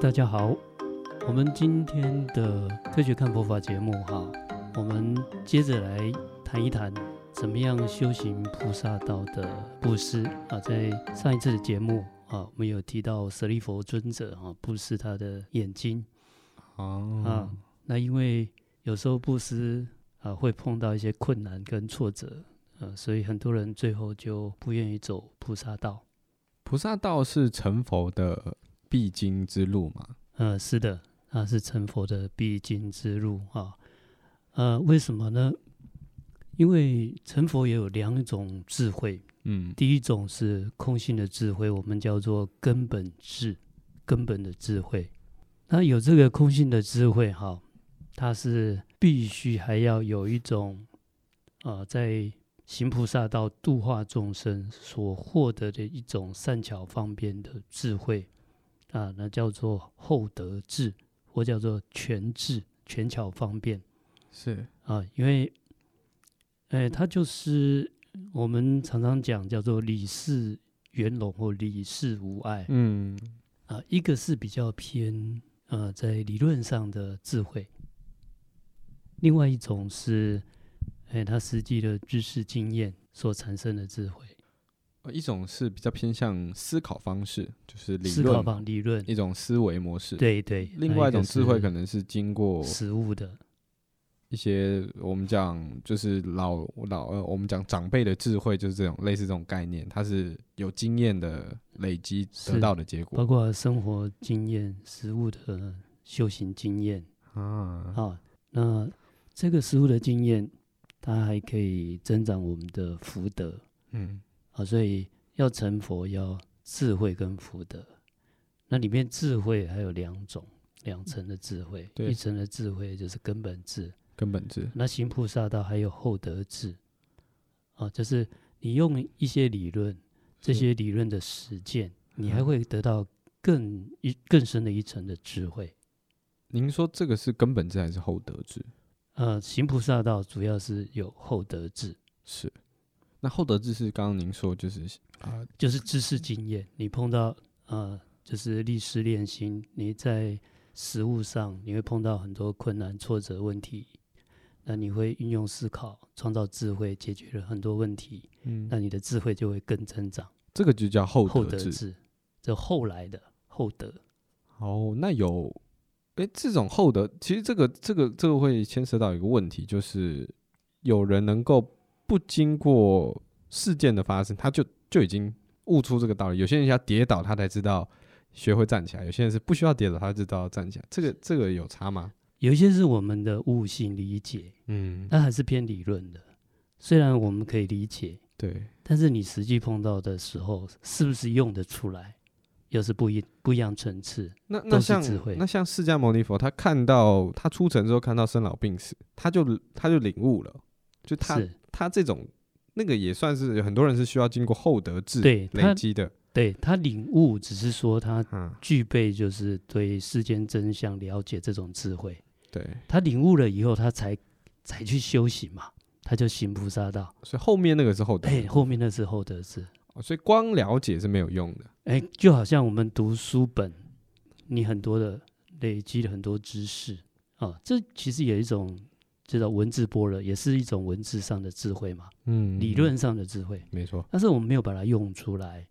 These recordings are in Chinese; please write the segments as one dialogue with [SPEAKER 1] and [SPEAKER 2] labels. [SPEAKER 1] 大家好，我们今天的科学看佛法节目哈，我们接着来谈一谈怎么样修行菩萨道的布施啊。在上一次的节目啊，我们有提到舍利佛尊者啊，布施他的眼睛
[SPEAKER 2] 哦，
[SPEAKER 1] 啊。那因为有时候布施啊会碰到一些困难跟挫折啊，所以很多人最后就不愿意走菩萨道。
[SPEAKER 2] 菩萨道是成佛的必经之路嘛？
[SPEAKER 1] 呃，是的，那是成佛的必经之路啊。呃，为什么呢？因为成佛也有两种智慧，
[SPEAKER 2] 嗯，
[SPEAKER 1] 第一种是空性的智慧，我们叫做根本智，根本的智慧。那有这个空性的智慧哈、它是必须还要有一种啊、呃在行菩萨道度化众生所获得的一种善巧方便的智慧啊，那叫做厚德智，或叫做全智，全巧方便。
[SPEAKER 2] 是
[SPEAKER 1] 啊，因为，哎，它就是我们常常讲叫做理事圆融或理事无碍
[SPEAKER 2] 嗯，
[SPEAKER 1] 啊，一个是比较偏呃在理论上的智慧，另外一种是，哎，它实际的知识经验所产生的智慧，
[SPEAKER 2] 呃一种是比较偏向思考方式，就是理
[SPEAKER 1] 思考
[SPEAKER 2] 论
[SPEAKER 1] 法理论，
[SPEAKER 2] 一种思维模式。，
[SPEAKER 1] 对对，
[SPEAKER 2] 另
[SPEAKER 1] 那
[SPEAKER 2] 外一
[SPEAKER 1] 个
[SPEAKER 2] 种智慧
[SPEAKER 1] 是
[SPEAKER 2] 可能是经过
[SPEAKER 1] 实物的，
[SPEAKER 2] 一些我们讲就是老老呃，我们讲长辈的智慧，就是这种类似这种概念，它是有经验的累积
[SPEAKER 1] 是
[SPEAKER 2] 得到的结
[SPEAKER 1] 包
[SPEAKER 2] 果
[SPEAKER 1] 括生活经验、实物的修行经验。
[SPEAKER 2] 啊。
[SPEAKER 1] 啊，那这个食物的经验，它还可以增长我们的福德
[SPEAKER 2] 嗯，
[SPEAKER 1] 啊，所以要成佛要智慧跟福德。那里面智慧还有两种，两层的智慧，
[SPEAKER 2] 对
[SPEAKER 1] 一层的智慧就是根本智，
[SPEAKER 2] 根本智
[SPEAKER 1] 那行菩萨道还有厚德智，啊，就是你用一些理论，这
[SPEAKER 2] 是
[SPEAKER 1] 些理论的实践，你还
[SPEAKER 2] 嗯
[SPEAKER 1] 会得到更一更深的一层的智慧。
[SPEAKER 2] 您说这个是根本智还是厚德智？
[SPEAKER 1] 呃，行菩萨道主要是有厚德智，
[SPEAKER 2] 是，那厚德智是刚刚您说就是啊、
[SPEAKER 1] 就是知识经验，你碰到呃，就是历史练心，你在实物上你会碰到很多困难、挫折、问题，那你会运用思考，创造智慧，解决了很多问题，那
[SPEAKER 2] 嗯，
[SPEAKER 1] 你的智慧就会更增长。
[SPEAKER 2] 这个就叫厚
[SPEAKER 1] 厚
[SPEAKER 2] 德
[SPEAKER 1] 德
[SPEAKER 2] 智。
[SPEAKER 1] 智，这后来的厚德，
[SPEAKER 2] 哦，那有，诶，这种厚德，其实这个这个这个会牵涉到一个问题，就是有人能够不经过事件的发生，他就就已经悟出这个道理。有些人要跌倒，他才知道学会站起来；有些人是不需要跌倒，他就知道站起来。这个这个有差吗？
[SPEAKER 1] 有一些是我们的悟性理解，
[SPEAKER 2] 嗯，
[SPEAKER 1] 它还是偏理论的。虽然我们可以理解，
[SPEAKER 2] 对，
[SPEAKER 1] 但是你实际碰到的时候，是不是用得出来，又是不一不一样层次。
[SPEAKER 2] 那
[SPEAKER 1] 都
[SPEAKER 2] 那
[SPEAKER 1] 是
[SPEAKER 2] 像
[SPEAKER 1] 智慧
[SPEAKER 2] 那像释迦牟尼佛，他看到他出城之后看到生老病死，他就他就领悟了，就他
[SPEAKER 1] 是
[SPEAKER 2] 他这种那个也算是有很多人是需要经过厚德智
[SPEAKER 1] 对他
[SPEAKER 2] 累积的，
[SPEAKER 1] 对他领悟，只是说他
[SPEAKER 2] 嗯，
[SPEAKER 1] 具备就是对世间真相了解这种智慧。
[SPEAKER 2] 对，
[SPEAKER 1] 他领悟了以后，他才才去修行嘛，他就行菩萨道。
[SPEAKER 2] 所以后面那个是厚德，
[SPEAKER 1] 哎，后面那是厚德智。
[SPEAKER 2] 哦所以光了解是没有用的，
[SPEAKER 1] 哎，就好像我们读书本，你很多的累积了很多知识啊，这其实也一种这叫文字般若，也是一种文字上的智慧嘛，
[SPEAKER 2] 嗯
[SPEAKER 1] 理论上的智慧。
[SPEAKER 2] 没错，
[SPEAKER 1] 但是我们没有把它用出来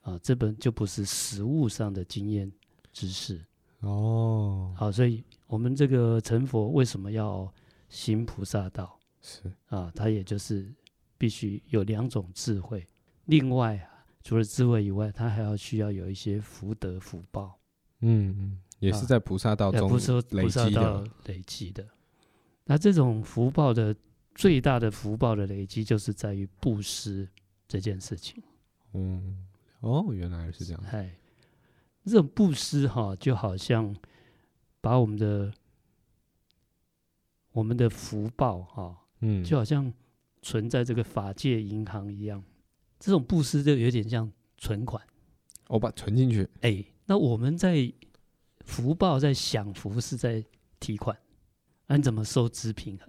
[SPEAKER 1] 啊，这本就不是实物上的经验知识。
[SPEAKER 2] 哦，
[SPEAKER 1] 好，所以我们这个成佛为什么要行菩萨道
[SPEAKER 2] 是
[SPEAKER 1] 啊？它也就是必须有两种智慧，另外啊，除了智慧以外，它还要需要有一些福德福报，
[SPEAKER 2] 嗯，嗯，也是
[SPEAKER 1] 啊
[SPEAKER 2] 在菩萨道
[SPEAKER 1] 呃
[SPEAKER 2] 中
[SPEAKER 1] 不是说
[SPEAKER 2] 累
[SPEAKER 1] 菩萨
[SPEAKER 2] 积
[SPEAKER 1] 道
[SPEAKER 2] 的，哦
[SPEAKER 1] 累积的。那这种福报的最大的福报的累积，就是在于布施这件事情。
[SPEAKER 2] 嗯，哦，原来是这样，
[SPEAKER 1] 哎，这种布施哈，就好像把我们的我们的福报哈，
[SPEAKER 2] 嗯，
[SPEAKER 1] 就好像存在这个法界银行一样，这种布施就有点像存款。
[SPEAKER 2] 我把存进去，
[SPEAKER 1] 哎，那我们在福报在享福是在提款，那你怎么收支平衡？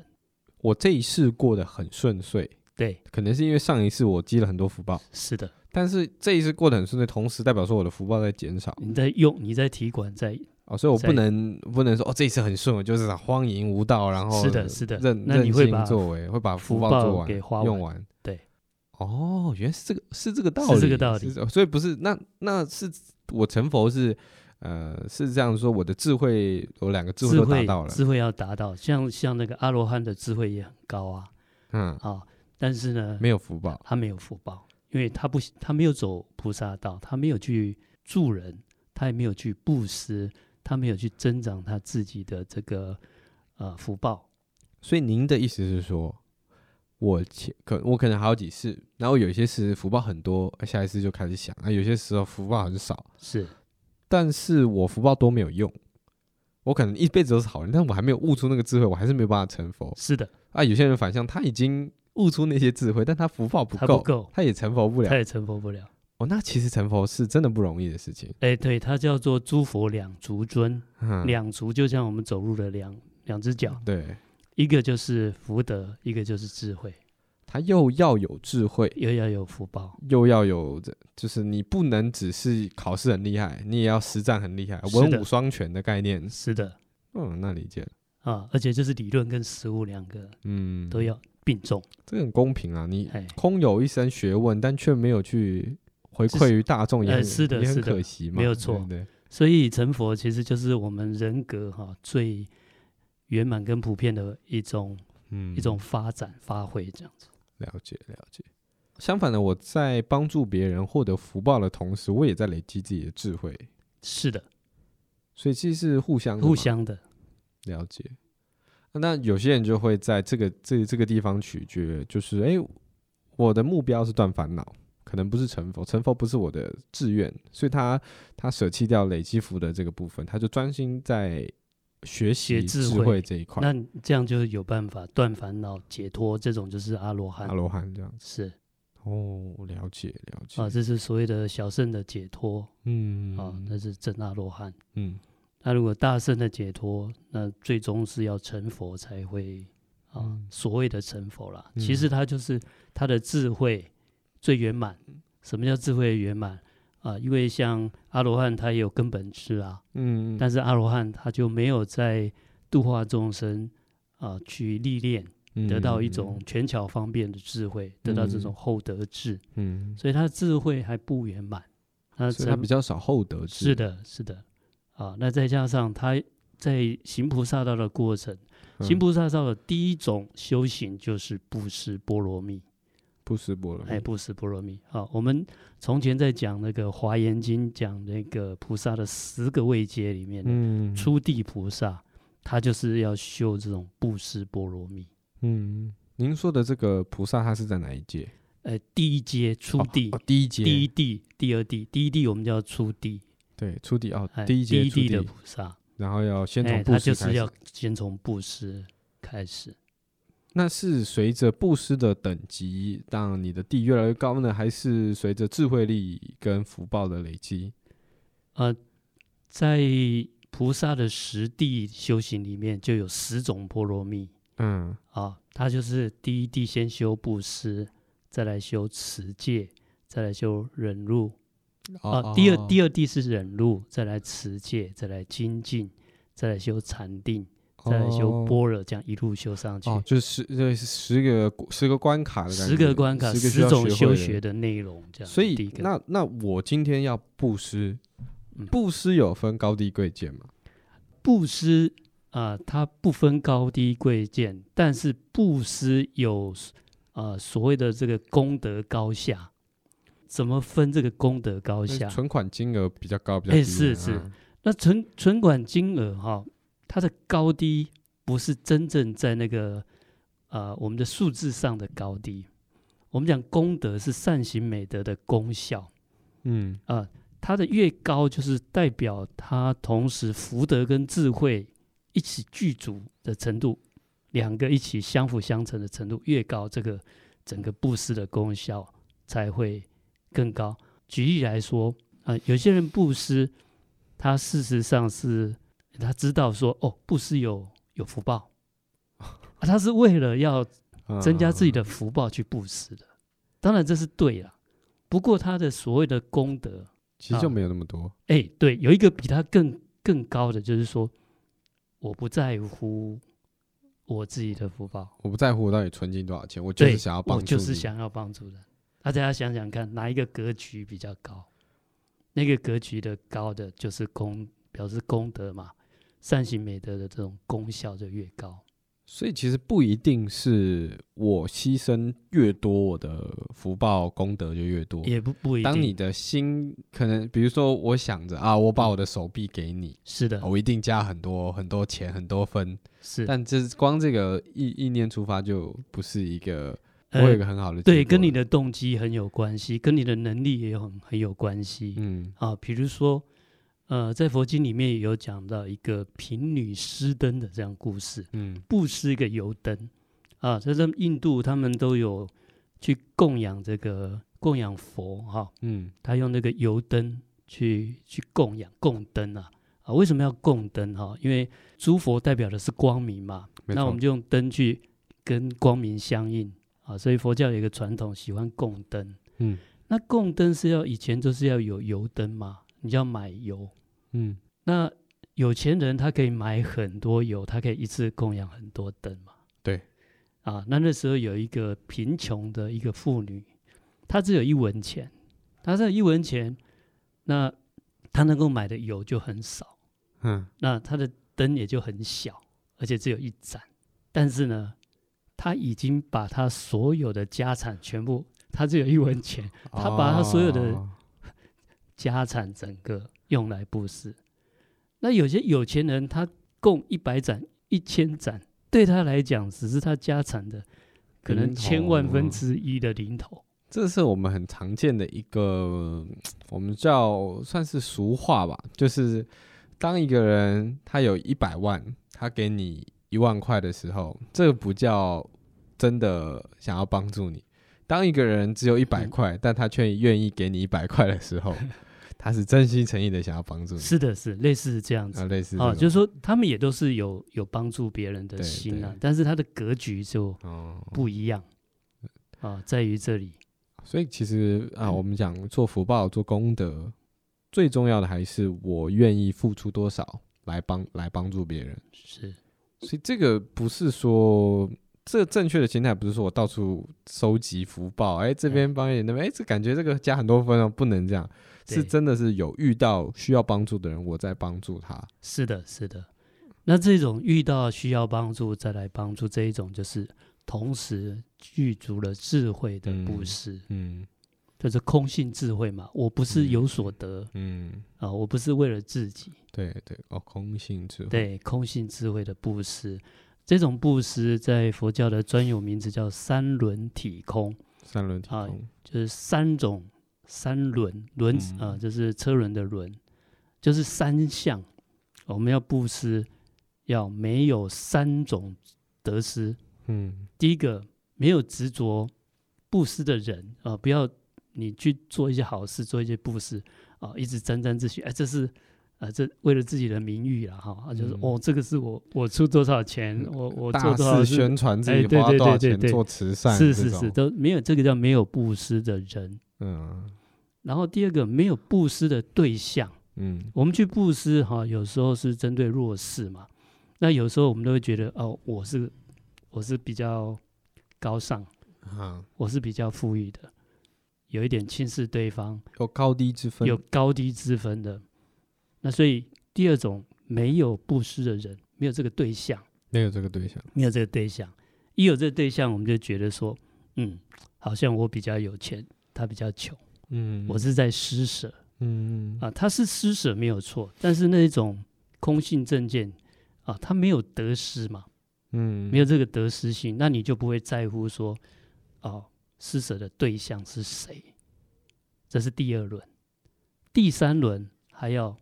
[SPEAKER 2] 我这一世过得很顺遂，
[SPEAKER 1] 对，
[SPEAKER 2] 可能是因为上一次我积了很多福报，
[SPEAKER 1] 是的，
[SPEAKER 2] 但是这一次过得很顺遂，同时代表说我的福报在减少。
[SPEAKER 1] 你在用，你在提款，在
[SPEAKER 2] 哦，所以我不
[SPEAKER 1] 在
[SPEAKER 2] 能不能说哦，这一次很顺，我就是想荒淫无道，然后
[SPEAKER 1] 是的是的
[SPEAKER 2] 任
[SPEAKER 1] 那你
[SPEAKER 2] 任
[SPEAKER 1] 会
[SPEAKER 2] 性
[SPEAKER 1] 把
[SPEAKER 2] 作为，会把
[SPEAKER 1] 福
[SPEAKER 2] 福报
[SPEAKER 1] 报
[SPEAKER 2] 做完，
[SPEAKER 1] 给花
[SPEAKER 2] 用
[SPEAKER 1] 完
[SPEAKER 2] 完。
[SPEAKER 1] 对，
[SPEAKER 2] 哦，原来是这个是这个道理，
[SPEAKER 1] 是这个道理
[SPEAKER 2] 是所以不是那那是我成佛是呃是这样说，我的智慧我两个智慧
[SPEAKER 1] 智
[SPEAKER 2] 都达
[SPEAKER 1] 慧
[SPEAKER 2] 到了，
[SPEAKER 1] 智慧要达到，像像那个阿罗汉的智慧也很高啊
[SPEAKER 2] 嗯，
[SPEAKER 1] 啊、但是呢，
[SPEAKER 2] 没有福报，
[SPEAKER 1] 他没有福报，因为他不他没有走菩萨道，他没有去助人，他也没有去布施，他没有去增长他自己的这个呃福报。
[SPEAKER 2] 所以您的意思是说，我前可我可能好几次，然后有些是福报很多，下一次就开始想啊，有些时候福报很少，
[SPEAKER 1] 是
[SPEAKER 2] 但是我福报多没有用，我可能一辈子都是好人，但我还没有悟出那个智慧，我还是没有办法成佛
[SPEAKER 1] 是的，
[SPEAKER 2] 啊。有些人反向，他已经悟出那些智慧，但他福报不
[SPEAKER 1] 他
[SPEAKER 2] 够，
[SPEAKER 1] 不够，
[SPEAKER 2] 他也成佛不
[SPEAKER 1] 他
[SPEAKER 2] 了。
[SPEAKER 1] 也成佛不了。
[SPEAKER 2] 哦，那其实成佛是真的不容易的事情。
[SPEAKER 1] 哎，对，他叫做诸佛两足尊，
[SPEAKER 2] 嗯，
[SPEAKER 1] 两足就像我们走路的两两只脚，
[SPEAKER 2] 对，
[SPEAKER 1] 一个就是福德，一个就是智慧，
[SPEAKER 2] 他又要有智慧，
[SPEAKER 1] 又要有福报。
[SPEAKER 2] 又要有这，就是你不能只是考试很厉害，你也要实战很厉害，
[SPEAKER 1] 是的
[SPEAKER 2] 文武双全的概念。
[SPEAKER 1] 是的
[SPEAKER 2] 嗯，那理解了。
[SPEAKER 1] 啊，而且就是理论跟实务两个
[SPEAKER 2] 嗯，
[SPEAKER 1] 都，要并重。
[SPEAKER 2] 这个很公平啊！你
[SPEAKER 1] 哎，
[SPEAKER 2] 空有一身学问，但却没有去回
[SPEAKER 1] 这
[SPEAKER 2] 馈
[SPEAKER 1] 是
[SPEAKER 2] 于大众，也
[SPEAKER 1] 呃
[SPEAKER 2] 很、
[SPEAKER 1] 是的
[SPEAKER 2] 也很
[SPEAKER 1] 是的
[SPEAKER 2] 可惜嘛，
[SPEAKER 1] 没有错
[SPEAKER 2] 对不对
[SPEAKER 1] 所以成佛其实就是我们人格哈、最圆满跟普遍的一种、
[SPEAKER 2] 嗯
[SPEAKER 1] 一种发展发挥这样子。
[SPEAKER 2] 了解了解。相反的，我在帮助别人获得福报的同时，我也在累积自己的智慧，
[SPEAKER 1] 是的，
[SPEAKER 2] 所以其实是互相的
[SPEAKER 1] 互
[SPEAKER 2] 嘛
[SPEAKER 1] 相的，
[SPEAKER 2] 了解。啊那有些人就会在这个这这个地方取决，就是诶，我的目标是断烦恼，可能不是成佛，成佛不是我的志愿，所以他他舍弃掉累积福的这个部分，他就专心在学习
[SPEAKER 1] 学智
[SPEAKER 2] 智
[SPEAKER 1] 慧
[SPEAKER 2] 慧这一块。
[SPEAKER 1] 那你这样就有办法断烦恼、解脱，这种就是阿罗汉
[SPEAKER 2] 阿。罗汉这样子
[SPEAKER 1] 是
[SPEAKER 2] 哦，了解了解
[SPEAKER 1] 啊，这是所谓的小圣的解脱
[SPEAKER 2] 嗯
[SPEAKER 1] 啊，那是真阿罗汉。
[SPEAKER 2] 嗯
[SPEAKER 1] 那如果大圣的解脱，那最终是要成佛才会啊，
[SPEAKER 2] 嗯
[SPEAKER 1] 所谓的成佛啦，
[SPEAKER 2] 嗯
[SPEAKER 1] 其实他就是他的智慧最圆满。什么叫智慧圆满啊？因为像阿罗汉他也有根本智啊，
[SPEAKER 2] 嗯，
[SPEAKER 1] 但是阿罗汉他就没有在度化众生啊去历练，
[SPEAKER 2] 嗯
[SPEAKER 1] 得到一种权巧方便的智慧，得到这种厚德智，
[SPEAKER 2] 嗯，嗯
[SPEAKER 1] 所以他智慧还不圆满。那
[SPEAKER 2] 所以他
[SPEAKER 1] 成
[SPEAKER 2] 比较少厚德之
[SPEAKER 1] 是，的，是的，啊，那再加上他在行菩萨道的过程，
[SPEAKER 2] 嗯
[SPEAKER 1] 行菩萨道的第一种修行就是布施波罗蜜，
[SPEAKER 2] 不识波罗
[SPEAKER 1] 哎，
[SPEAKER 2] 蜜，
[SPEAKER 1] 布施波罗蜜。啊，我们从前在讲那个《华严经》，讲那个菩萨的十个位阶里面，
[SPEAKER 2] 嗯
[SPEAKER 1] 初地菩萨他就是要修这种布施波罗蜜。
[SPEAKER 2] 嗯，您说的这个菩萨他是在哪一届？
[SPEAKER 1] 呃，第一阶初
[SPEAKER 2] 哦
[SPEAKER 1] 地，
[SPEAKER 2] 哦第一阶，
[SPEAKER 1] 第一地，第二地，第一地我们叫初地，
[SPEAKER 2] 对初地哦
[SPEAKER 1] 哎，，
[SPEAKER 2] 第一阶
[SPEAKER 1] 第一
[SPEAKER 2] 初
[SPEAKER 1] 地的
[SPEAKER 2] 地
[SPEAKER 1] 菩，萨，
[SPEAKER 2] 然后要先
[SPEAKER 1] 哎
[SPEAKER 2] 从
[SPEAKER 1] 他
[SPEAKER 2] 布
[SPEAKER 1] 就
[SPEAKER 2] 施开
[SPEAKER 1] 是
[SPEAKER 2] 始
[SPEAKER 1] 要。先从布施开始。
[SPEAKER 2] 那是随着布施的等级，让你的地越来越高呢，还是随着智慧力跟福报的累积？
[SPEAKER 1] 呃，在菩萨的十地修行里面，就有十种波罗蜜
[SPEAKER 2] 嗯
[SPEAKER 1] 啊，它就是第一地先修布施，再来修持戒，再来修忍辱
[SPEAKER 2] 哦
[SPEAKER 1] 啊。第二第二地是忍辱，再来持戒，再来精进，再来修禅定，
[SPEAKER 2] 二
[SPEAKER 1] 再来修般若，这样一路修上去。
[SPEAKER 2] 哦，就是十对十个十个关卡的感
[SPEAKER 1] 十个
[SPEAKER 2] 觉
[SPEAKER 1] 关卡，
[SPEAKER 2] 十个需
[SPEAKER 1] 十
[SPEAKER 2] 要
[SPEAKER 1] 种
[SPEAKER 2] 学
[SPEAKER 1] 修
[SPEAKER 2] 会
[SPEAKER 1] 学
[SPEAKER 2] 的。
[SPEAKER 1] 的内容，这样。
[SPEAKER 2] 所
[SPEAKER 1] 第一
[SPEAKER 2] 以
[SPEAKER 1] 个
[SPEAKER 2] 那那我今天要布施
[SPEAKER 1] 嗯，
[SPEAKER 2] 布施有分高低贵贱嘛？
[SPEAKER 1] 布施啊、它不分高低贵贱，但是布施有啊所谓的这个功德高下，怎么分这个功德高
[SPEAKER 2] 那
[SPEAKER 1] 下？
[SPEAKER 2] 存款金额比较高，比较
[SPEAKER 1] 哎
[SPEAKER 2] 低啊。
[SPEAKER 1] 是是那存存款金额哈、它的高低不是真正在那个呃我们的数字上的高低，我们讲功德是善行美德的功效。
[SPEAKER 2] 嗯
[SPEAKER 1] 啊，它的越高，就是代表它同时福德跟智慧一起具足的程度，两个一起相辅相成的程度越高，这个整个布施的功效才会更高。举例来说，啊，有些人布施，他事实上是他知道说，哦，布施有有福报。啊他是为了要
[SPEAKER 2] 嗯
[SPEAKER 1] 增加自己的福报去布施的，当然这是对了。不过他的所谓的功德，啊
[SPEAKER 2] 其实就没有那么多。
[SPEAKER 1] 哎，对，有一个比他更更高的就是说，我不在乎我自己的福报，
[SPEAKER 2] 我不在乎我到底存进多少钱，我就
[SPEAKER 1] 对
[SPEAKER 2] 是想要，帮
[SPEAKER 1] 我
[SPEAKER 2] 助
[SPEAKER 1] 就是
[SPEAKER 2] 你
[SPEAKER 1] 想要帮助人。大家想想看，哪一个格局比较高？那个格局的高的就是功，表示功德嘛，善行美德的这种功效就越高。
[SPEAKER 2] 所以其实不一定是我牺牲越多，我的福报功德就越多。
[SPEAKER 1] 也不不一定。
[SPEAKER 2] 当你的心可能，比如说我想着啊，我把我的手臂给你，
[SPEAKER 1] 是的，
[SPEAKER 2] 我一定加很多很多钱很多分，
[SPEAKER 1] 嗯是
[SPEAKER 2] 哦但这光这个意意念出发就不是一个，不
[SPEAKER 1] 呃
[SPEAKER 2] 会有一个很好的结果了、
[SPEAKER 1] 对，跟你的动机很有关系，跟你的能力也有很很有关系、
[SPEAKER 2] 嗯
[SPEAKER 1] 啊。比如说，呃，在佛经里面也有讲到一个贫女施灯的这样故事，
[SPEAKER 2] 嗯
[SPEAKER 1] 布施一个油灯啊，在这印度他们都有去供养这个供养佛哈、
[SPEAKER 2] 嗯
[SPEAKER 1] 他用那个油灯去去供养供灯啊啊，为什么要供灯哈、因为诸佛代表的是光明嘛，
[SPEAKER 2] 没
[SPEAKER 1] 那我
[SPEAKER 2] 错
[SPEAKER 1] 们就用灯去跟光明相应啊，所以佛教有一个传统喜欢供灯。
[SPEAKER 2] 嗯
[SPEAKER 1] 那供灯是要以前都是要有油灯嘛，你就要买油。
[SPEAKER 2] 嗯
[SPEAKER 1] 那有钱人他可以买很多油，他可以一次供养很多灯嘛。
[SPEAKER 2] 对。
[SPEAKER 1] 啊，那那时候有一个贫穷的一个妇女，她只有一文钱，她只有一文钱，那她能够买的油就很少。
[SPEAKER 2] 嗯
[SPEAKER 1] 那它的灯也就很小，而且只有一盏。但是呢，他已经把他所有的家产全部，他只有一文钱，他把他所有的
[SPEAKER 2] 哦
[SPEAKER 1] 家产整个用来布施。那有些有钱人，他供一百盏、一千盏，对他来讲只是他家产的可能
[SPEAKER 2] 零头
[SPEAKER 1] 千万分
[SPEAKER 2] 嗯
[SPEAKER 1] 之一的零头。
[SPEAKER 2] 这是我们很常见的一个，我们叫算是俗话吧，就是当一个人他有一百万，他给你一万块的时候，这个不叫真的想要帮助你。当一个人只有一百
[SPEAKER 1] 嗯
[SPEAKER 2] 块，但他却愿意给你一百块的时候，他是真心诚意的想要帮助你。
[SPEAKER 1] 是的，是类似这样子
[SPEAKER 2] 啊，。类似
[SPEAKER 1] 啊，
[SPEAKER 2] 这
[SPEAKER 1] 就是
[SPEAKER 2] 种
[SPEAKER 1] 说他们也都是有有帮助别人的
[SPEAKER 2] 对
[SPEAKER 1] 心啊
[SPEAKER 2] 对，
[SPEAKER 1] 但是他的格局就
[SPEAKER 2] 哦，
[SPEAKER 1] 不一样啊，在于这里。
[SPEAKER 2] 所以其实啊，
[SPEAKER 1] 嗯
[SPEAKER 2] 我们讲做福报、做功德，最重要的还是我愿意付出多少来帮来帮助别人。
[SPEAKER 1] 是
[SPEAKER 2] 所以这个不是说这个正确的心态，不是说我到处收集福报，哎，这边帮一点，那边哎，这感觉这个加很多分哦，不能这样，
[SPEAKER 1] 对
[SPEAKER 2] 是真的是有遇到需要帮助的人，我在帮助他。
[SPEAKER 1] 是的，是的。那这种遇到需要帮助再来帮助这一种，就是同时具足了智慧的布
[SPEAKER 2] 嗯
[SPEAKER 1] 施，
[SPEAKER 2] 嗯
[SPEAKER 1] 就是空性智慧嘛。我不是有所得
[SPEAKER 2] 嗯，
[SPEAKER 1] 啊、我不是为了自己，
[SPEAKER 2] 对对，哦，空性智慧，，
[SPEAKER 1] 对，空性智慧的布施。这种布施在佛教的专有名字叫三轮体空，
[SPEAKER 2] 三轮体
[SPEAKER 1] 啊
[SPEAKER 2] 空，
[SPEAKER 1] 就是三种三轮轮子啊、
[SPEAKER 2] 嗯
[SPEAKER 1] 就是车轮的轮，就是三项。我们要布施，要没有三种得失。
[SPEAKER 2] 嗯
[SPEAKER 1] 第一个，没有执着布施的人啊、不要你去做一些好事，做一些布施啊、一直沾沾自喜，哎，这是。啊，这为了自己的名誉了哈，啊就是、
[SPEAKER 2] 嗯
[SPEAKER 1] 哦，这个是我我出多少钱，我我做
[SPEAKER 2] 大
[SPEAKER 1] 多少
[SPEAKER 2] 肆
[SPEAKER 1] 事
[SPEAKER 2] 宣传自
[SPEAKER 1] 哎
[SPEAKER 2] 己
[SPEAKER 1] 对
[SPEAKER 2] 花
[SPEAKER 1] 对
[SPEAKER 2] 多少
[SPEAKER 1] 对对
[SPEAKER 2] 钱
[SPEAKER 1] 对
[SPEAKER 2] 做慈善，
[SPEAKER 1] 是是是，，都没有这个叫没有布施的人，
[SPEAKER 2] 嗯
[SPEAKER 1] 然后第二个，没有布施的对象。
[SPEAKER 2] 嗯
[SPEAKER 1] 我们去布施哈，有时候是针对弱势嘛，那有时候我们都会觉得哦，我是我是比较高尚，
[SPEAKER 2] 啊，
[SPEAKER 1] 我是比较富裕的，有一点轻视对方，
[SPEAKER 2] 有高低之分，
[SPEAKER 1] 有高低之分的。那所以第二种没有布施的人，没有这个对象，
[SPEAKER 2] 没有这个对象，
[SPEAKER 1] 没有这个对象，一有这个对象，我们就觉得说，嗯，好像我比较有钱，他比较穷，
[SPEAKER 2] 嗯
[SPEAKER 1] 我是在施舍。
[SPEAKER 2] 嗯
[SPEAKER 1] 啊，他是施舍没有错，但是那一种空性证件啊，他没有得失嘛，
[SPEAKER 2] 嗯
[SPEAKER 1] 没有这个得失心，那你就不会在乎说，哦，施舍的对象是谁，这是第二轮，第三轮还要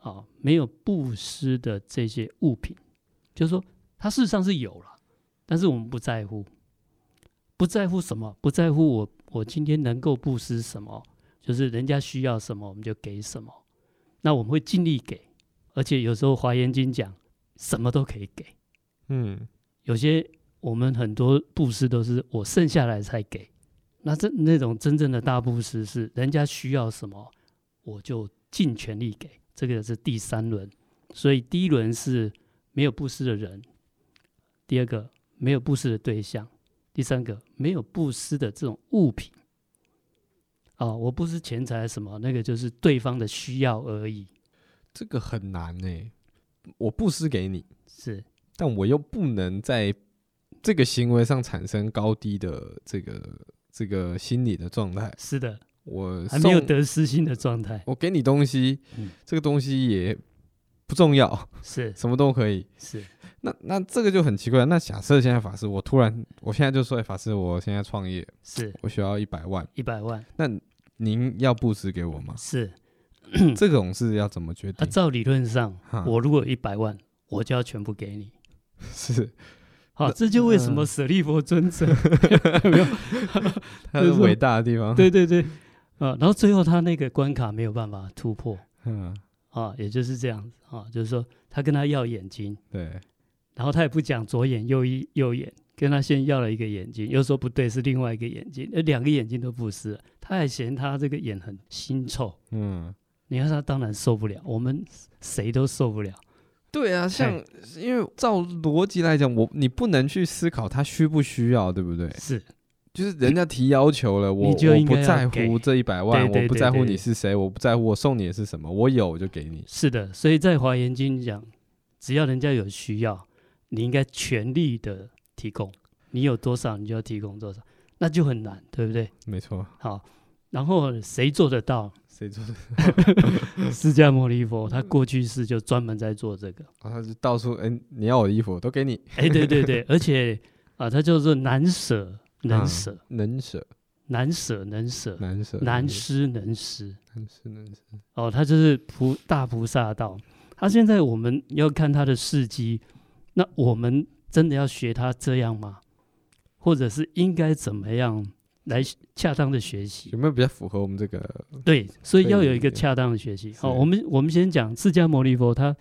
[SPEAKER 1] 啊，没有布施的这些物品，就是说它事实上是有了，但是我们不在乎，不在乎什么，不在乎我我今天能够布施什么，就是人家需要什么我们就给什么，那我们会尽力给，而且有时候《华严经》讲什么都可以给。
[SPEAKER 2] 嗯
[SPEAKER 1] 有些我们很多布施都是我剩下来才给，那这那种真正的大布施是人家需要什么我就尽全力给，这个是第三轮所以第一轮是没有布施的人，第二个没有布施的对象，第三个没有布施的这种物品。啊、我不是钱财什么，那个就是对方的需要而已。
[SPEAKER 2] 这个很难呢、我布施给你，
[SPEAKER 1] 是，
[SPEAKER 2] 但我又不能在这个行为上产生高低的这个这个心理的状态。
[SPEAKER 1] 是的，
[SPEAKER 2] 我
[SPEAKER 1] 还没有
[SPEAKER 2] 送
[SPEAKER 1] 得失心的状态。
[SPEAKER 2] 我给你东西，
[SPEAKER 1] 嗯
[SPEAKER 2] 这个东西也不重要，
[SPEAKER 1] 是
[SPEAKER 2] 什么都可以。
[SPEAKER 1] 是，
[SPEAKER 2] 那那这个就很奇怪。那假设现在法师，我突然，我现在就说，哎，法师，我现在创业，
[SPEAKER 1] 是
[SPEAKER 2] 我需要一百万，
[SPEAKER 1] 一百万，
[SPEAKER 2] 那您要布施给我吗？
[SPEAKER 1] 是。
[SPEAKER 2] 这种事要怎么决
[SPEAKER 1] 嗯啊，
[SPEAKER 2] 定？
[SPEAKER 1] 照理论上
[SPEAKER 2] 哈，
[SPEAKER 1] 我如果有一百万，我就要全部给你。
[SPEAKER 2] 是
[SPEAKER 1] 好，这就为什么舍利佛尊者，
[SPEAKER 2] 他是伟大的地方。，
[SPEAKER 1] 对对对，啊，然后最后他那个关卡没有办法突破
[SPEAKER 2] 嗯，
[SPEAKER 1] 啊，也就是这样子啊，就是说他跟他要眼睛，
[SPEAKER 2] 对，
[SPEAKER 1] 然后他也不讲左眼右一右眼，跟他先要了一个眼睛，又说不对是另外一个眼睛，呃，两个眼睛都不是，他还嫌他这个眼很腥臭，
[SPEAKER 2] 嗯，
[SPEAKER 1] 你看他当然受不了，我们谁都受不了，
[SPEAKER 2] 对啊，像因为照逻辑来讲，我你不能去思考他需不需要，对不对？
[SPEAKER 1] 是
[SPEAKER 2] 就是人家提要求了，我
[SPEAKER 1] 你就
[SPEAKER 2] 我
[SPEAKER 1] 应该
[SPEAKER 2] 不
[SPEAKER 1] 要
[SPEAKER 2] 在
[SPEAKER 1] 给
[SPEAKER 2] 乎这一百万，
[SPEAKER 1] 对对
[SPEAKER 2] 我不
[SPEAKER 1] 对
[SPEAKER 2] 在乎
[SPEAKER 1] 对
[SPEAKER 2] 你是谁，我不在乎我送你的是什么，我有我就给你。
[SPEAKER 1] 是的，所以在华严经讲，只要人家有需要，你应该全力的提供，你有多少你就要提供多少，那就很难，对不对？
[SPEAKER 2] 没错，
[SPEAKER 1] 好，然后谁做得到？
[SPEAKER 2] 谁做的？
[SPEAKER 1] 释迦牟尼佛
[SPEAKER 2] 嗯
[SPEAKER 1] 他过去是就专门在做这个，
[SPEAKER 2] 啊，他就到处，哎、你要我的衣服我都给你，
[SPEAKER 1] 哎，对对对，而且啊，他叫做难舍能
[SPEAKER 2] 嗯
[SPEAKER 1] 舍，
[SPEAKER 2] 能舍
[SPEAKER 1] 难舍能舍，
[SPEAKER 2] 难舍
[SPEAKER 1] 难施能施，
[SPEAKER 2] 难舍难舍，
[SPEAKER 1] 哦，他就是菩大菩萨道。他现在我们要看他的事迹，那我们真的要学他这样吗？或者是应该怎么样来恰当的学习？
[SPEAKER 2] 有没有比较符合我们这个？
[SPEAKER 1] 对，所以
[SPEAKER 2] 对
[SPEAKER 1] 要有一个
[SPEAKER 2] 对
[SPEAKER 1] 恰当的学习。好、
[SPEAKER 2] 是
[SPEAKER 1] 我们我们先讲释迦牟尼佛他，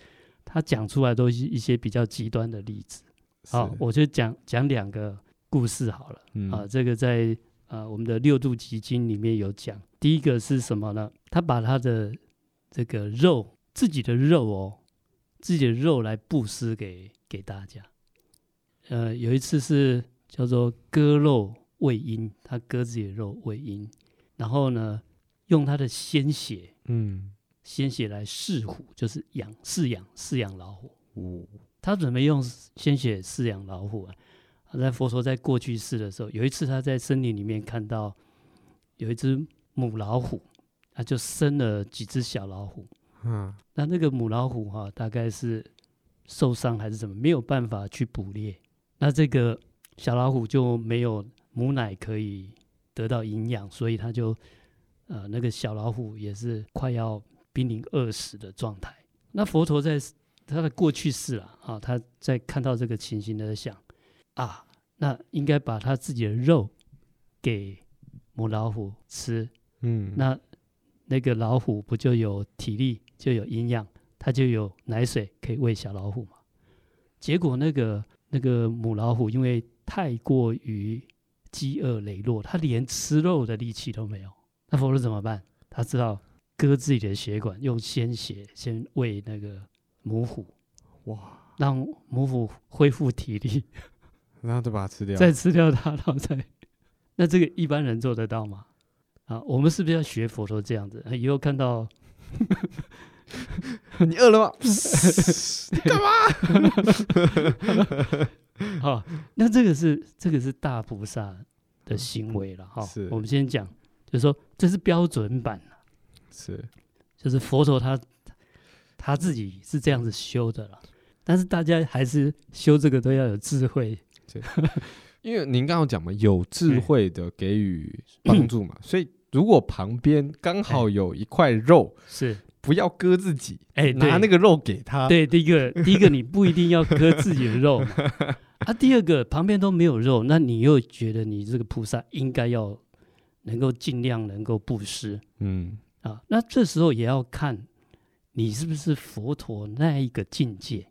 [SPEAKER 1] 他讲出来都是一些比较极端的例子。好、
[SPEAKER 2] 是
[SPEAKER 1] 我就讲讲两个故事好了。
[SPEAKER 2] 嗯
[SPEAKER 1] 啊，这个在呃我们的六度集经里面有讲。第一个是什么呢？他把他的这个肉，自己的肉哦，自己的肉来布施给给大家。呃，有一次是叫做割肉喂鹰，他割自己的肉喂鹰，然后呢，用他的鲜血，
[SPEAKER 2] 嗯，
[SPEAKER 1] 鲜血来饲虎，就是养饲养饲养老虎。
[SPEAKER 2] 五
[SPEAKER 1] 他准备用鲜血饲养老虎啊。啊在佛陀在过去世的时候，有一次他在森林里面看到有一只母老虎，他就生了几只小老虎。
[SPEAKER 2] 嗯
[SPEAKER 1] 那那个母老虎哈、大概是受伤还是怎么，没有办法去捕猎。那这个小老虎就没有母奶可以得到营养，所以它就呃，那个小老虎也是快要濒临饿死的状态。那佛陀在他的过去世了啊，他在看到这个情形的想啊，那应该把他自己的肉给母老虎吃，
[SPEAKER 2] 嗯，
[SPEAKER 1] 那那个老虎不就有体力，就有营养，它就有奶水可以喂小老虎嘛。结果那个那个母老虎因为太过于饥饿羸弱，它连吃肉的力气都没有。那佛陀怎么办？他知道割自己的血管，用鲜血先喂那个母虎，
[SPEAKER 2] 哇，
[SPEAKER 1] 让母虎恢复体力，
[SPEAKER 2] 然后就把它吃掉，
[SPEAKER 1] 再吃掉它，然后再…… 那这个一般人做得到吗？啊，我们是不是要学佛陀这样子？啊以后看到
[SPEAKER 2] 你饿了 吗？
[SPEAKER 1] 好、那这个是这个是大菩萨的行为了哈、
[SPEAKER 2] 嗯是
[SPEAKER 1] 我们先讲，就是说这是标准版，啊
[SPEAKER 2] 是，
[SPEAKER 1] 就是佛陀他他自己是这样子修的了。但是大家还是修这个都要有智 慧，
[SPEAKER 2] 因为您刚刚讲嘛，有智
[SPEAKER 1] 嗯
[SPEAKER 2] 慧的给予帮助嘛，所以如果旁边刚
[SPEAKER 1] 哎
[SPEAKER 2] 好有一块肉，
[SPEAKER 1] 是
[SPEAKER 2] 不要割自己，
[SPEAKER 1] 哎对
[SPEAKER 2] 拿那个肉给他，
[SPEAKER 1] 对。第一个，第一个你不一定要割自己的肉 嘛啊。第二个，旁边都没有肉，那你又觉得你这个菩萨应该要能够尽量能够布施，
[SPEAKER 2] 嗯，
[SPEAKER 1] 啊，那这时候也要看你是不是佛陀那一个境界。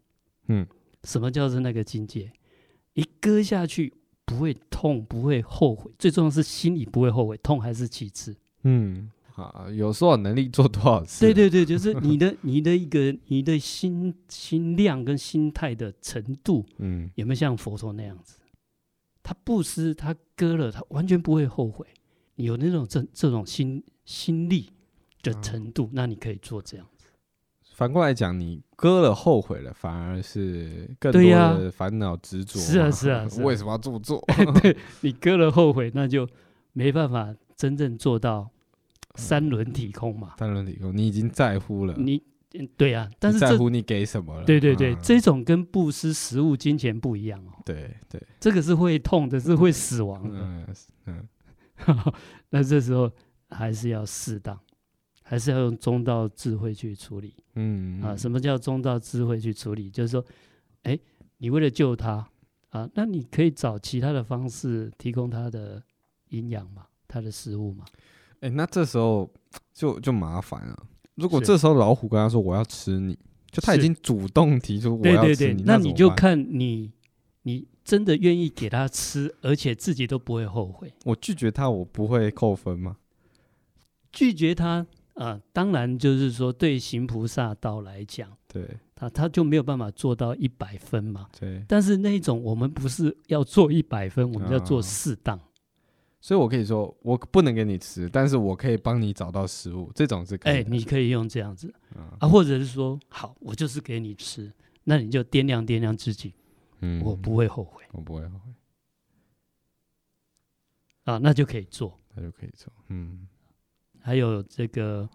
[SPEAKER 2] 嗯，
[SPEAKER 1] 什么叫做那个境界？一割下去不会痛，不会后悔，最重要是心里不会后悔，痛还是其次。
[SPEAKER 2] 嗯，啊，有多少能力做多少事。
[SPEAKER 1] 对对对，就是你的你的一个你的心心量跟心态的程度
[SPEAKER 2] 嗯，
[SPEAKER 1] 有没有像佛陀那样子？他布施，他割了，他完全不会后悔。你有那种这这种心心力的程度，那你可以做这样。
[SPEAKER 2] 反过来讲，你割了后悔了，反而是更多
[SPEAKER 1] 对呀
[SPEAKER 2] 的烦恼执着嘛。
[SPEAKER 1] 是啊是啊是啊
[SPEAKER 2] 为什么要这么 做？
[SPEAKER 1] 你割了后悔，那就没办法真正做到
[SPEAKER 2] 嗯
[SPEAKER 1] 三轮体空嘛。
[SPEAKER 2] 三轮体空，你已经在乎了，
[SPEAKER 1] 你嗯对啊，但
[SPEAKER 2] 你
[SPEAKER 1] 是
[SPEAKER 2] 在
[SPEAKER 1] 这
[SPEAKER 2] 乎你给什么了？
[SPEAKER 1] 对对对，
[SPEAKER 2] 嗯
[SPEAKER 1] 这种跟布施食物、金钱不一样哦，
[SPEAKER 2] 对对，
[SPEAKER 1] 这个是会痛的，是会死亡的。
[SPEAKER 2] 嗯嗯，
[SPEAKER 1] 那这时候还是要适当，还是要用中道智慧去处理
[SPEAKER 2] 嗯
[SPEAKER 1] 啊。
[SPEAKER 2] 嗯
[SPEAKER 1] 什么叫中道智慧去处理？就是说，哎，你为了救他啊，那你可以找其他的方式提供他的营养嘛，他的食物嘛。
[SPEAKER 2] 哎、那这时候就就麻烦了。如果
[SPEAKER 1] 是
[SPEAKER 2] 这时候老虎跟他说我要吃你，就他已
[SPEAKER 1] 是
[SPEAKER 2] 经主动提出我
[SPEAKER 1] 对
[SPEAKER 2] 要
[SPEAKER 1] 对
[SPEAKER 2] 吃
[SPEAKER 1] 对
[SPEAKER 2] 你，，
[SPEAKER 1] 那
[SPEAKER 2] 怎
[SPEAKER 1] 你
[SPEAKER 2] 么
[SPEAKER 1] 就
[SPEAKER 2] 办
[SPEAKER 1] 看你，你真的愿意给他吃，而且自己都不会后悔。
[SPEAKER 2] 我拒绝他，我不会扣分吗？
[SPEAKER 1] 拒绝他啊、呃当然就是说对行菩萨道来讲，
[SPEAKER 2] 对
[SPEAKER 1] 他他就没有办法做到一百分嘛。
[SPEAKER 2] 对，
[SPEAKER 1] 但是那种我们不是要做一百分，我们要
[SPEAKER 2] 啊
[SPEAKER 1] 做适当。
[SPEAKER 2] 所以我可以说我不能给你吃，但是我可以帮你找到食物，这种是可
[SPEAKER 1] 哎、
[SPEAKER 2] 以的。
[SPEAKER 1] 你可以用这样子
[SPEAKER 2] 嗯
[SPEAKER 1] 啊，或者是说，好，我就是给你吃，那你就掂量掂量自己，
[SPEAKER 2] 嗯
[SPEAKER 1] 我不会后悔
[SPEAKER 2] 我不会后悔，
[SPEAKER 1] 啊，那就可以做。
[SPEAKER 2] 那就可以做。嗯
[SPEAKER 1] 还有这个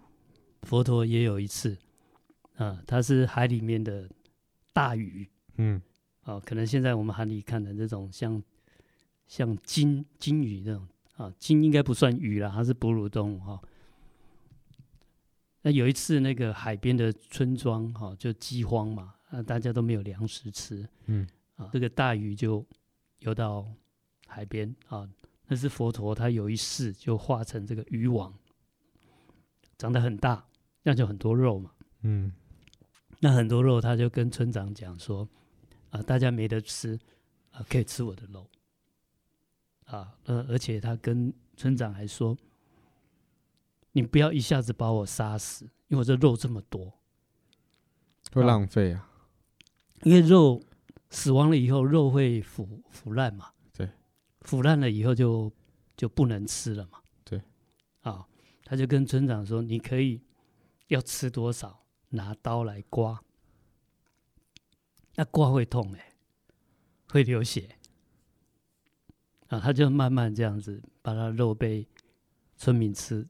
[SPEAKER 1] 佛陀也有一次，啊，他是海里面的大鱼
[SPEAKER 2] 嗯
[SPEAKER 1] 啊，可能现在我们海里看的这种像像金金鱼那种啊，金应该不算鱼啦，它是哺乳动物哈、那有一次那个海边的村庄哈、就饥荒嘛，啊，大家都没有粮食吃
[SPEAKER 2] 嗯
[SPEAKER 1] 啊，这个大鱼就游到海边啊，那是佛陀他有一世就化成这个鱼王。长得很大，那就很多肉嘛。
[SPEAKER 2] 嗯
[SPEAKER 1] 那很多肉，他就跟村长讲说：“啊、大家没得吃，啊、可以吃我的肉。”啊，呃，而且他跟村长还说：“你不要一下子把我杀死，因为我这肉这么多，
[SPEAKER 2] 会
[SPEAKER 1] 啊
[SPEAKER 2] 浪费啊。
[SPEAKER 1] 因为肉死亡了以后，肉会腐腐烂嘛。
[SPEAKER 2] 对，
[SPEAKER 1] 腐烂了以后就就不能吃了嘛。
[SPEAKER 2] 对，
[SPEAKER 1] 啊，他就跟村长说，你可以要吃多少，拿刀来刮，那刮会痛哎、会流血。啊，他就慢慢这样子把他肉被村民吃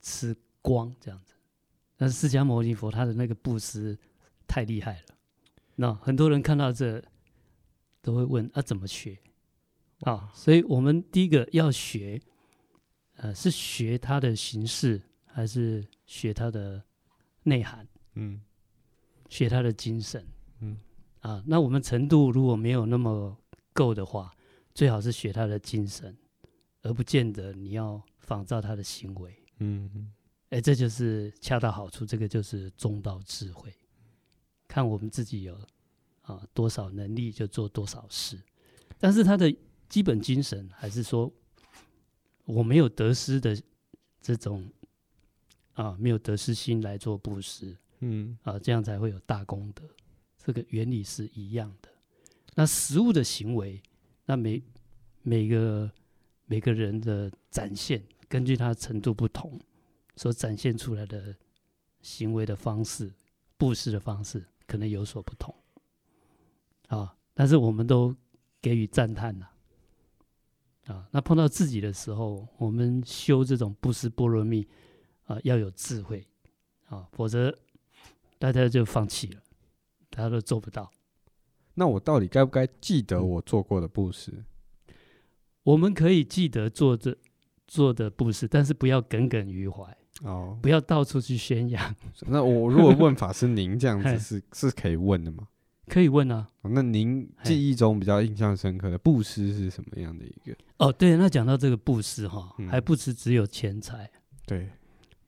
[SPEAKER 1] 吃光这样子。但是释迦牟尼佛他的那个布施太厉害了。那很多人看到这都会问啊，怎么学啊？所以我们第一个要学，呃，是学它的形式，还是学它的内涵，
[SPEAKER 2] 嗯
[SPEAKER 1] 学它的精神？
[SPEAKER 2] 嗯
[SPEAKER 1] 啊，那我们程度如果没有那么够的话，最好是学它的精神，而不见得你要仿照它的行为。
[SPEAKER 2] 嗯嗯
[SPEAKER 1] 哎，这就是恰到好处，这个就是中道智慧。看我们自己有啊多少能力，就做多少事。但是他的基本精神还是说，我没有得失的这种啊，没有得失心来做布施
[SPEAKER 2] 嗯，
[SPEAKER 1] 啊，这样才会有大功德。这个原理是一样的。那食物的行为，那每每个每个人的展现，根据他程度不同，所展现出来的行为的方式、布施的方式，可能有所不同。啊，但是我们都给予赞叹呐、啊。那碰到自己的时候，我们修这种布施波罗蜜啊，要有智慧啊，否则大家就放弃了，大家都做不到。
[SPEAKER 2] 那我到底该不该记得我做过的布施？
[SPEAKER 1] 我们可以记得做这做的布施，但是不要耿耿于怀，
[SPEAKER 2] 哦，
[SPEAKER 1] 不要到处去宣扬。
[SPEAKER 2] 那我如果问法师您这样
[SPEAKER 1] 嘿
[SPEAKER 2] 子是是可以问的吗？
[SPEAKER 1] 可以问啊，
[SPEAKER 2] 哦那您
[SPEAKER 1] 嘿
[SPEAKER 2] 记忆中比较印象深刻的布施是什么样的一个？
[SPEAKER 1] 哦，对，那讲到这个布施哈，
[SPEAKER 2] 嗯
[SPEAKER 1] 还不止只有钱财，
[SPEAKER 2] 对，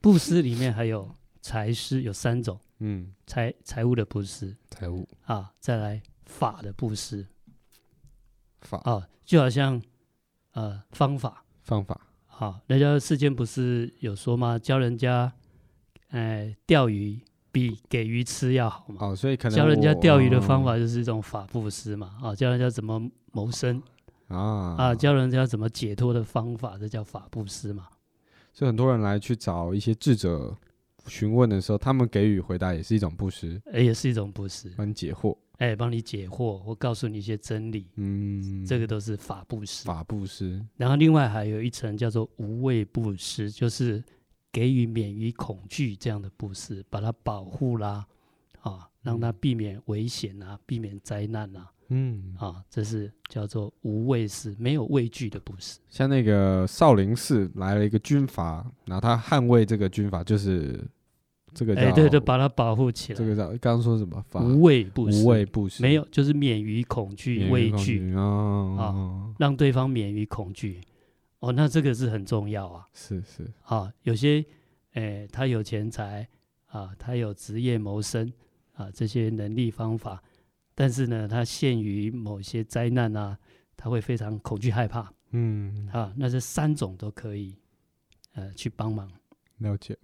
[SPEAKER 1] 布施里面还有财施，有三种，
[SPEAKER 2] 嗯，
[SPEAKER 1] 财财务的布施
[SPEAKER 2] 财务
[SPEAKER 1] 啊，再来法的布施
[SPEAKER 2] 法
[SPEAKER 1] 啊，就好像呃方法
[SPEAKER 2] 方法，
[SPEAKER 1] 啊、好，人家事件不是有说吗？教人家，哎，钓鱼比给鱼吃要好嘛。
[SPEAKER 2] 哦，所以可能
[SPEAKER 1] 教人家
[SPEAKER 2] 我嗯
[SPEAKER 1] 钓鱼的方法就是一种法布施嘛，啊，教人家怎么谋生
[SPEAKER 2] 嗯啊
[SPEAKER 1] 啊，教人家怎么解脱的方法，这叫法布施嘛。
[SPEAKER 2] 所以很多人来去找一些智者询问的时候，他们给予回答也是一种布施，
[SPEAKER 1] 哎，也是一种布施，
[SPEAKER 2] 帮你解惑。
[SPEAKER 1] 哎，帮你解惑，我告诉你一些真理，
[SPEAKER 2] 嗯，
[SPEAKER 1] 这个都是法布施。
[SPEAKER 2] 法布施
[SPEAKER 1] 然后另外还有一层叫做无畏布施，就是给予免于恐惧这样的布施，把它保护啦，啊，让它避免危险啊，避免灾难啊，
[SPEAKER 2] 嗯，
[SPEAKER 1] 啊，这是叫做无畏施，没有畏惧的布施。
[SPEAKER 2] 像那个少林寺来了一个军阀，然后他捍卫这个军阀，就是这个叫、
[SPEAKER 1] 哎，对对，把它保护起来。
[SPEAKER 2] 这个叫刚刚说什么法
[SPEAKER 1] 无畏布施，
[SPEAKER 2] 无畏布施，
[SPEAKER 1] 没有就是免于恐惧、畏惧，
[SPEAKER 2] 啊、哦
[SPEAKER 1] 让对方免于恐惧。哦，那这个是很重要啊。
[SPEAKER 2] 是是
[SPEAKER 1] 啊，有些，诶、他有钱财啊，他有职业谋生啊，这些能力方法，但是呢，他陷于某些灾难啊，他会非常恐惧害怕
[SPEAKER 2] 嗯，
[SPEAKER 1] 啊。那这三种都可以，呃，去帮忙
[SPEAKER 2] 了解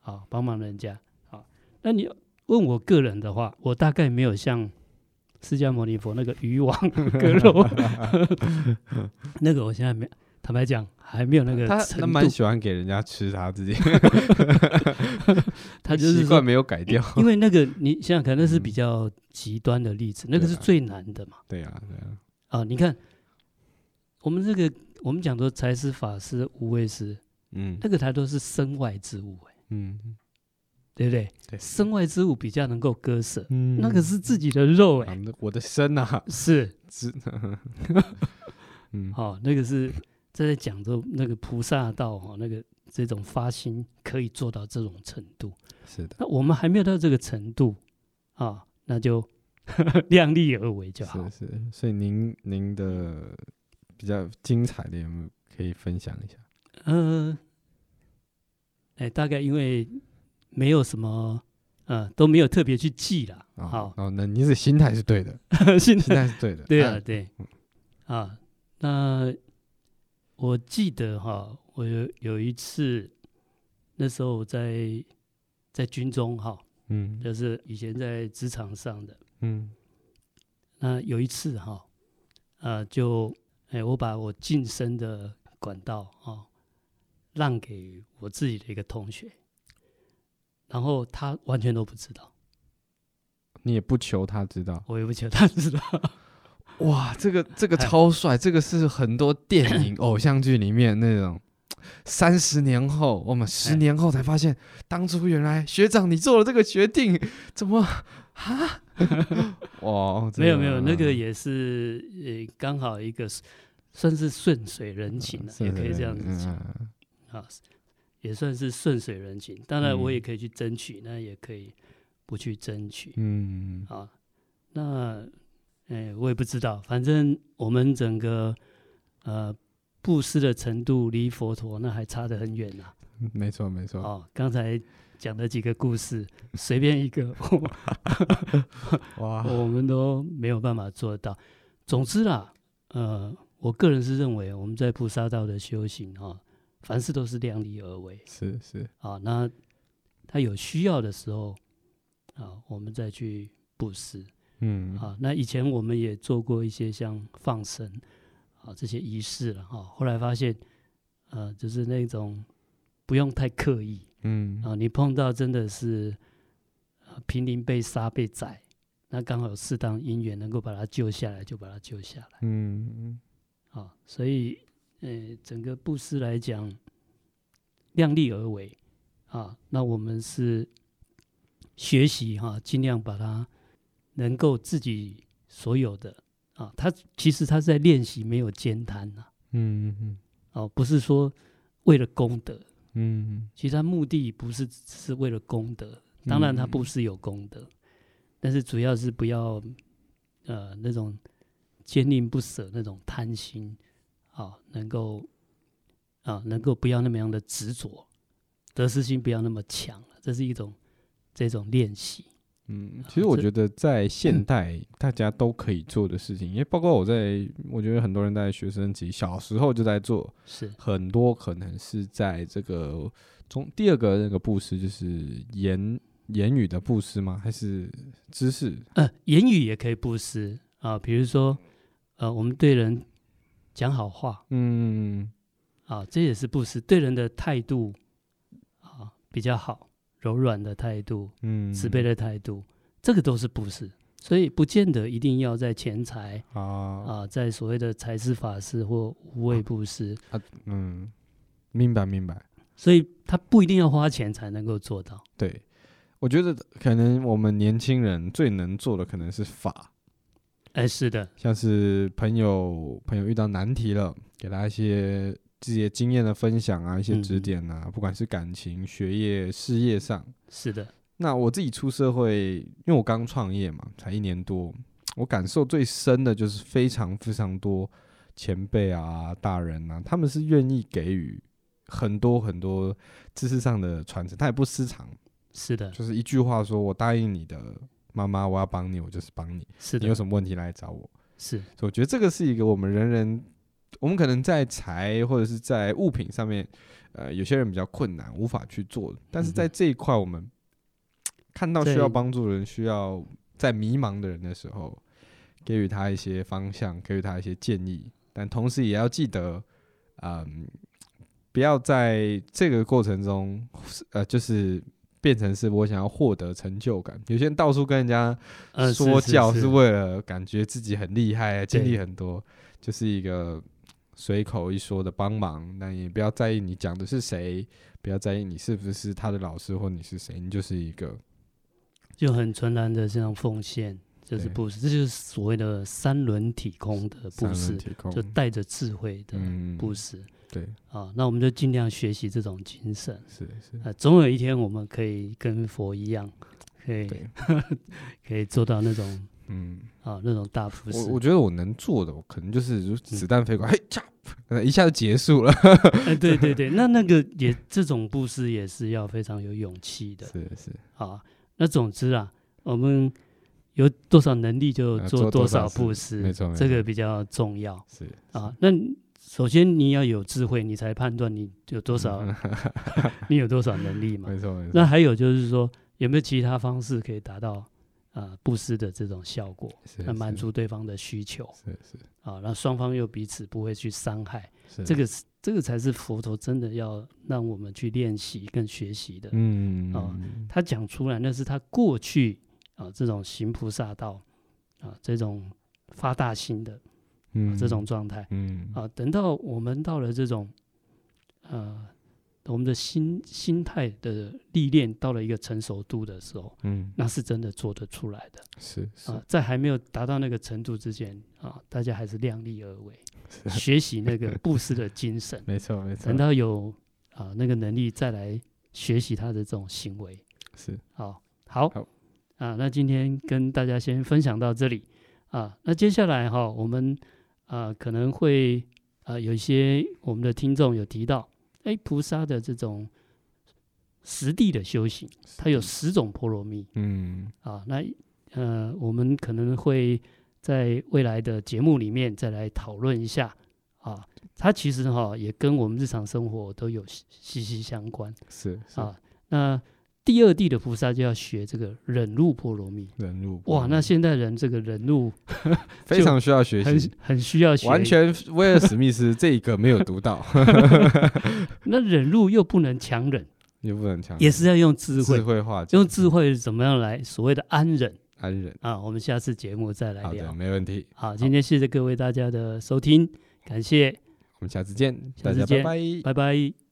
[SPEAKER 1] 啊，帮忙人家啊。那你问我个人的话，我大概没有像释迦牟尼佛那个渔王 割肉，那个我现在没，坦白讲还没有那个
[SPEAKER 2] 他
[SPEAKER 1] 程
[SPEAKER 2] 他
[SPEAKER 1] 度，
[SPEAKER 2] 蛮喜欢给人家吃他自己，
[SPEAKER 1] 他 就是
[SPEAKER 2] 习
[SPEAKER 1] 说
[SPEAKER 2] 惯没有改掉，
[SPEAKER 1] 因为那个你想想看，那是比
[SPEAKER 2] 嗯
[SPEAKER 1] 较极端的例子，那个
[SPEAKER 2] 对
[SPEAKER 1] 是
[SPEAKER 2] 啊
[SPEAKER 1] 最难的嘛。
[SPEAKER 2] 对啊对啊，
[SPEAKER 1] 啊，你看我们这个，我们讲说财师、法师、无畏师，
[SPEAKER 2] 嗯
[SPEAKER 1] 那个它都是身外之物、欸，
[SPEAKER 2] 嗯，
[SPEAKER 1] 对不对？
[SPEAKER 2] 对
[SPEAKER 1] 身外之物比较能够割舍，
[SPEAKER 2] 嗯
[SPEAKER 1] 那个是自己的肉、欸，
[SPEAKER 2] 啊
[SPEAKER 1] 哎，
[SPEAKER 2] 那我的身啊，
[SPEAKER 1] 是，
[SPEAKER 2] 只嗯
[SPEAKER 1] 哦，那个是这在讲说那个菩萨道哈、哦，那个这种发心可以做到这种程度，
[SPEAKER 2] 是的，
[SPEAKER 1] 那我们还没有到这个程度啊，那就 量力而为就好
[SPEAKER 2] 是。是，所以您您的比较精彩的有没有可以分享一下？
[SPEAKER 1] 嗯，哎，大概因为没有什么，呃，都没有特别去记啦。
[SPEAKER 2] 啊
[SPEAKER 1] 好，
[SPEAKER 2] 哦，那您是心态是对的，
[SPEAKER 1] 现在
[SPEAKER 2] 心态是对的，
[SPEAKER 1] 对
[SPEAKER 2] 啊
[SPEAKER 1] 啊，对啊，那我记得哈，我有有一次，那时候我在在军中哈，
[SPEAKER 2] 嗯
[SPEAKER 1] 就是以前在职场上的。
[SPEAKER 2] 嗯
[SPEAKER 1] 那有一次哈，呃，就哎，我把我晋升的管道哦，让给我自己的一个同学，然后他完全都不知道，
[SPEAKER 2] 你也不求他知道，
[SPEAKER 1] 我也不求他知道。
[SPEAKER 2] 哇，这个这个
[SPEAKER 1] 哎
[SPEAKER 2] 超帅，这个是很多电 影偶像剧里面那种。三十年后，我们十
[SPEAKER 1] 哎
[SPEAKER 2] 年后才发现，当初原来学长你做了这个决定，怎么啊？ 哇，哦这
[SPEAKER 1] 没有没有，那个嗯也是呃，刚好一个算是顺水人情了、
[SPEAKER 2] 嗯是
[SPEAKER 1] 也可以这样子讲
[SPEAKER 2] 嗯嗯
[SPEAKER 1] 啊，也算是顺水人情。当然，我
[SPEAKER 2] 嗯
[SPEAKER 1] 也可以去争取，那也可以不去争取。
[SPEAKER 2] 嗯，
[SPEAKER 1] 啊，那哎，我也不知道，反正我们整个呃布施的程度离佛陀那还差得很远呐、
[SPEAKER 2] 嗯没错没错，
[SPEAKER 1] 哦，刚才讲的几个故事，随便一个 我
[SPEAKER 2] 哇，
[SPEAKER 1] 我们都没有办法做到。总之啦，呃，我个人是认为我们在菩萨道的修行哈、哦，凡事都是量力而为
[SPEAKER 2] 是是，
[SPEAKER 1] 啊。那他有需要的时候啊，我们再去布施。
[SPEAKER 2] 嗯，
[SPEAKER 1] 啊，那以前我们也做过一些像放生啊这些仪式了哈、后来发现，呃，就是那种不用太刻意
[SPEAKER 2] 嗯，
[SPEAKER 1] 啊，你碰到真的是、呃、濒临被杀被宰，那刚好有适当因缘能够把它救下来，就把它救下来
[SPEAKER 2] 嗯，
[SPEAKER 1] 啊。所以，呃，整个布施来讲，量力而为啊。那我们是学习哈、尽量把它能够自己所有的啊，他其实他是在练习，没有兼贪呐、
[SPEAKER 2] 嗯嗯嗯
[SPEAKER 1] 啊，不是说为了功德，
[SPEAKER 2] 嗯，
[SPEAKER 1] 其实他目的不是只是为了功德，当然他
[SPEAKER 2] 嗯
[SPEAKER 1] 布施有功德，但是主要是不要呃那种坚定不舍那种贪心啊，能够啊能够不要那么样的执着，得失心不要那么强了，这是一种这种练习
[SPEAKER 2] 嗯，其实我
[SPEAKER 1] 这嗯
[SPEAKER 2] 觉得在现代大家都可以做的事情，因为包括我在，我觉得很多人在学生级小时候就在做，
[SPEAKER 1] 是
[SPEAKER 2] 很多可能是在这个中第二个那个布施，就是言言语的布施吗？还是知识？
[SPEAKER 1] 呃，言语也可以布施啊，比如说呃，我们对人讲好话
[SPEAKER 2] 嗯，
[SPEAKER 1] 啊，这也是布施，对人的态度啊比较好，柔软的态度，
[SPEAKER 2] 嗯，
[SPEAKER 1] 慈悲的态度，这个都是布施。所以不见得一定要在钱财
[SPEAKER 2] 啊，
[SPEAKER 1] 啊，在所谓的财施法施或无畏布施，
[SPEAKER 2] 嗯，明白明白。
[SPEAKER 1] 所以他不一定要花钱才能够做到。
[SPEAKER 2] 对，我觉得可能我们年轻人最能做的可能是法，
[SPEAKER 1] 哎，是的，
[SPEAKER 2] 像是朋友朋友遇到难题了，给他一些自己的经验的分享啊，一些指
[SPEAKER 1] 嗯
[SPEAKER 2] 点啊，不管是感情、学业、事业上。
[SPEAKER 1] 是的，
[SPEAKER 2] 那我自己出社会，因为我刚创业嘛，才一年多，我感受最深的就是非常非常多前辈啊、大人啊，他们是愿意给予很多很多知识上的传承，他也不私藏，
[SPEAKER 1] 是的，
[SPEAKER 2] 就是一句话说，我答应你的妈妈，我要帮你，我就是帮你，
[SPEAKER 1] 是
[SPEAKER 2] 你有
[SPEAKER 1] 的，
[SPEAKER 2] 什么问题来找我。
[SPEAKER 1] 是
[SPEAKER 2] 所以我觉得这个是一个我们人人，我们可能在财或者是在物品上面，呃，有些人比较困难，无法去做的。但是
[SPEAKER 1] 嗯哼
[SPEAKER 2] 在这一块，我们看到需
[SPEAKER 1] 在
[SPEAKER 2] 要帮助的人，需要在迷茫的人的时候，给予他一些方向，给予他一些建议，但同时也要记得，嗯，不要在这个过程中，呃，就是。变成是我想要获得成就感，有些人到处跟人家
[SPEAKER 1] 呃，是
[SPEAKER 2] 说
[SPEAKER 1] 是
[SPEAKER 2] 教
[SPEAKER 1] 是
[SPEAKER 2] 是为了感觉自己很厉害，经历
[SPEAKER 1] 对
[SPEAKER 2] 很多，就是一个随口一说的帮忙。但也不要在意你讲的是谁，不要在意你是不是他的老师或你是谁，你就是一个
[SPEAKER 1] 就很纯然的这样奉献，就是
[SPEAKER 2] 对
[SPEAKER 1] 布施，这就是所谓的三轮体空的
[SPEAKER 2] 三
[SPEAKER 1] 布
[SPEAKER 2] 轮
[SPEAKER 1] 施，
[SPEAKER 2] 体空
[SPEAKER 1] 就。带着智慧的
[SPEAKER 2] 嗯，
[SPEAKER 1] 布施
[SPEAKER 2] 对，
[SPEAKER 1] 啊。那我们就尽量学习这种精神，
[SPEAKER 2] 是是，
[SPEAKER 1] 呃，总有一天我们可以跟佛一样，可以
[SPEAKER 2] 对，
[SPEAKER 1] 可以做到那种
[SPEAKER 2] 嗯，
[SPEAKER 1] 啊那种大布
[SPEAKER 2] 我我
[SPEAKER 1] 施。
[SPEAKER 2] 觉得我能做的，我可能就是
[SPEAKER 1] 嗯
[SPEAKER 2] 如子弹飞过来，嘿，恰，呃一下就结束了。
[SPEAKER 1] 哎，对对对，那那个也这种布施也是要非常有勇气的。
[SPEAKER 2] 是是，
[SPEAKER 1] 啊，那总之啊，我们有多少能力就
[SPEAKER 2] 呃
[SPEAKER 1] 做
[SPEAKER 2] 做
[SPEAKER 1] 多
[SPEAKER 2] 多
[SPEAKER 1] 少
[SPEAKER 2] 少
[SPEAKER 1] 布
[SPEAKER 2] 事
[SPEAKER 1] 施，
[SPEAKER 2] 没错没
[SPEAKER 1] 这个
[SPEAKER 2] 错
[SPEAKER 1] 比较重要
[SPEAKER 2] 是
[SPEAKER 1] 啊。那你首先你要有智慧，你才判断你有多 少，你有多少能力嘛。
[SPEAKER 2] 没错没错。
[SPEAKER 1] 那还有就是说，有没有其他方式可以达到啊布施的这种效果，
[SPEAKER 2] 是
[SPEAKER 1] 那满
[SPEAKER 2] 是
[SPEAKER 1] 足对方的需求
[SPEAKER 2] 是是
[SPEAKER 1] 啊，那双方又彼此不会去伤害，
[SPEAKER 2] 是
[SPEAKER 1] 这，个是这个才是佛陀真的要让我们去练习跟学习的。
[SPEAKER 2] 嗯
[SPEAKER 1] 啊他讲出来，那是他过去啊这种行菩萨道啊这种发大心的、啊
[SPEAKER 2] 嗯
[SPEAKER 1] 这种状态
[SPEAKER 2] 嗯
[SPEAKER 1] 啊，等到我们到了这种呃我们的心心态的历练到了一个成熟度的时候，
[SPEAKER 2] 嗯
[SPEAKER 1] 那是真的做得出来的
[SPEAKER 2] 是是
[SPEAKER 1] 啊，在还没有达到那个程度之前啊，大家还是量力而
[SPEAKER 2] ，
[SPEAKER 1] 为，学习那个布施的精神
[SPEAKER 2] 没错没错
[SPEAKER 1] 等，到有啊那个能力再来学习他的这种行为。
[SPEAKER 2] 是
[SPEAKER 1] 好，好，
[SPEAKER 2] 好
[SPEAKER 1] 啊，那今天跟大家先分享到这里啊。那接下来哈、我们啊可能会啊有一些我们的听众有提到，哎，菩萨的这种实地的修行，它有十种波罗蜜
[SPEAKER 2] 嗯
[SPEAKER 1] 啊。那呃，我们可能会在未来的节目里面再来讨论一下啊。它其实哈、也跟我们日常生活都有息息息相关。
[SPEAKER 2] 是是
[SPEAKER 1] 啊，那第二地的菩萨就要学这个忍辱波罗蜜。
[SPEAKER 2] 人入
[SPEAKER 1] 哇，那现代人这个忍辱
[SPEAKER 2] 非常需要嗯学
[SPEAKER 1] 很
[SPEAKER 2] 习，
[SPEAKER 1] 很需要学，
[SPEAKER 2] 完全威尔史密斯这一个没有读到，
[SPEAKER 1] 那忍辱又不能强忍，
[SPEAKER 2] 你不能强
[SPEAKER 1] 也是要用智慧，
[SPEAKER 2] 嗯智慧化解
[SPEAKER 1] 用智慧怎么样来所谓的安忍
[SPEAKER 2] 安忍，
[SPEAKER 1] 啊？我们下次节目再来
[SPEAKER 2] 好的，
[SPEAKER 1] 聊。
[SPEAKER 2] 没问题，
[SPEAKER 1] 好，今天谢谢各位大家的收听，感谢，
[SPEAKER 2] 我们下次见，
[SPEAKER 1] 下
[SPEAKER 2] 大
[SPEAKER 1] 次
[SPEAKER 2] 家
[SPEAKER 1] 见
[SPEAKER 2] 拜拜。
[SPEAKER 1] 拜拜。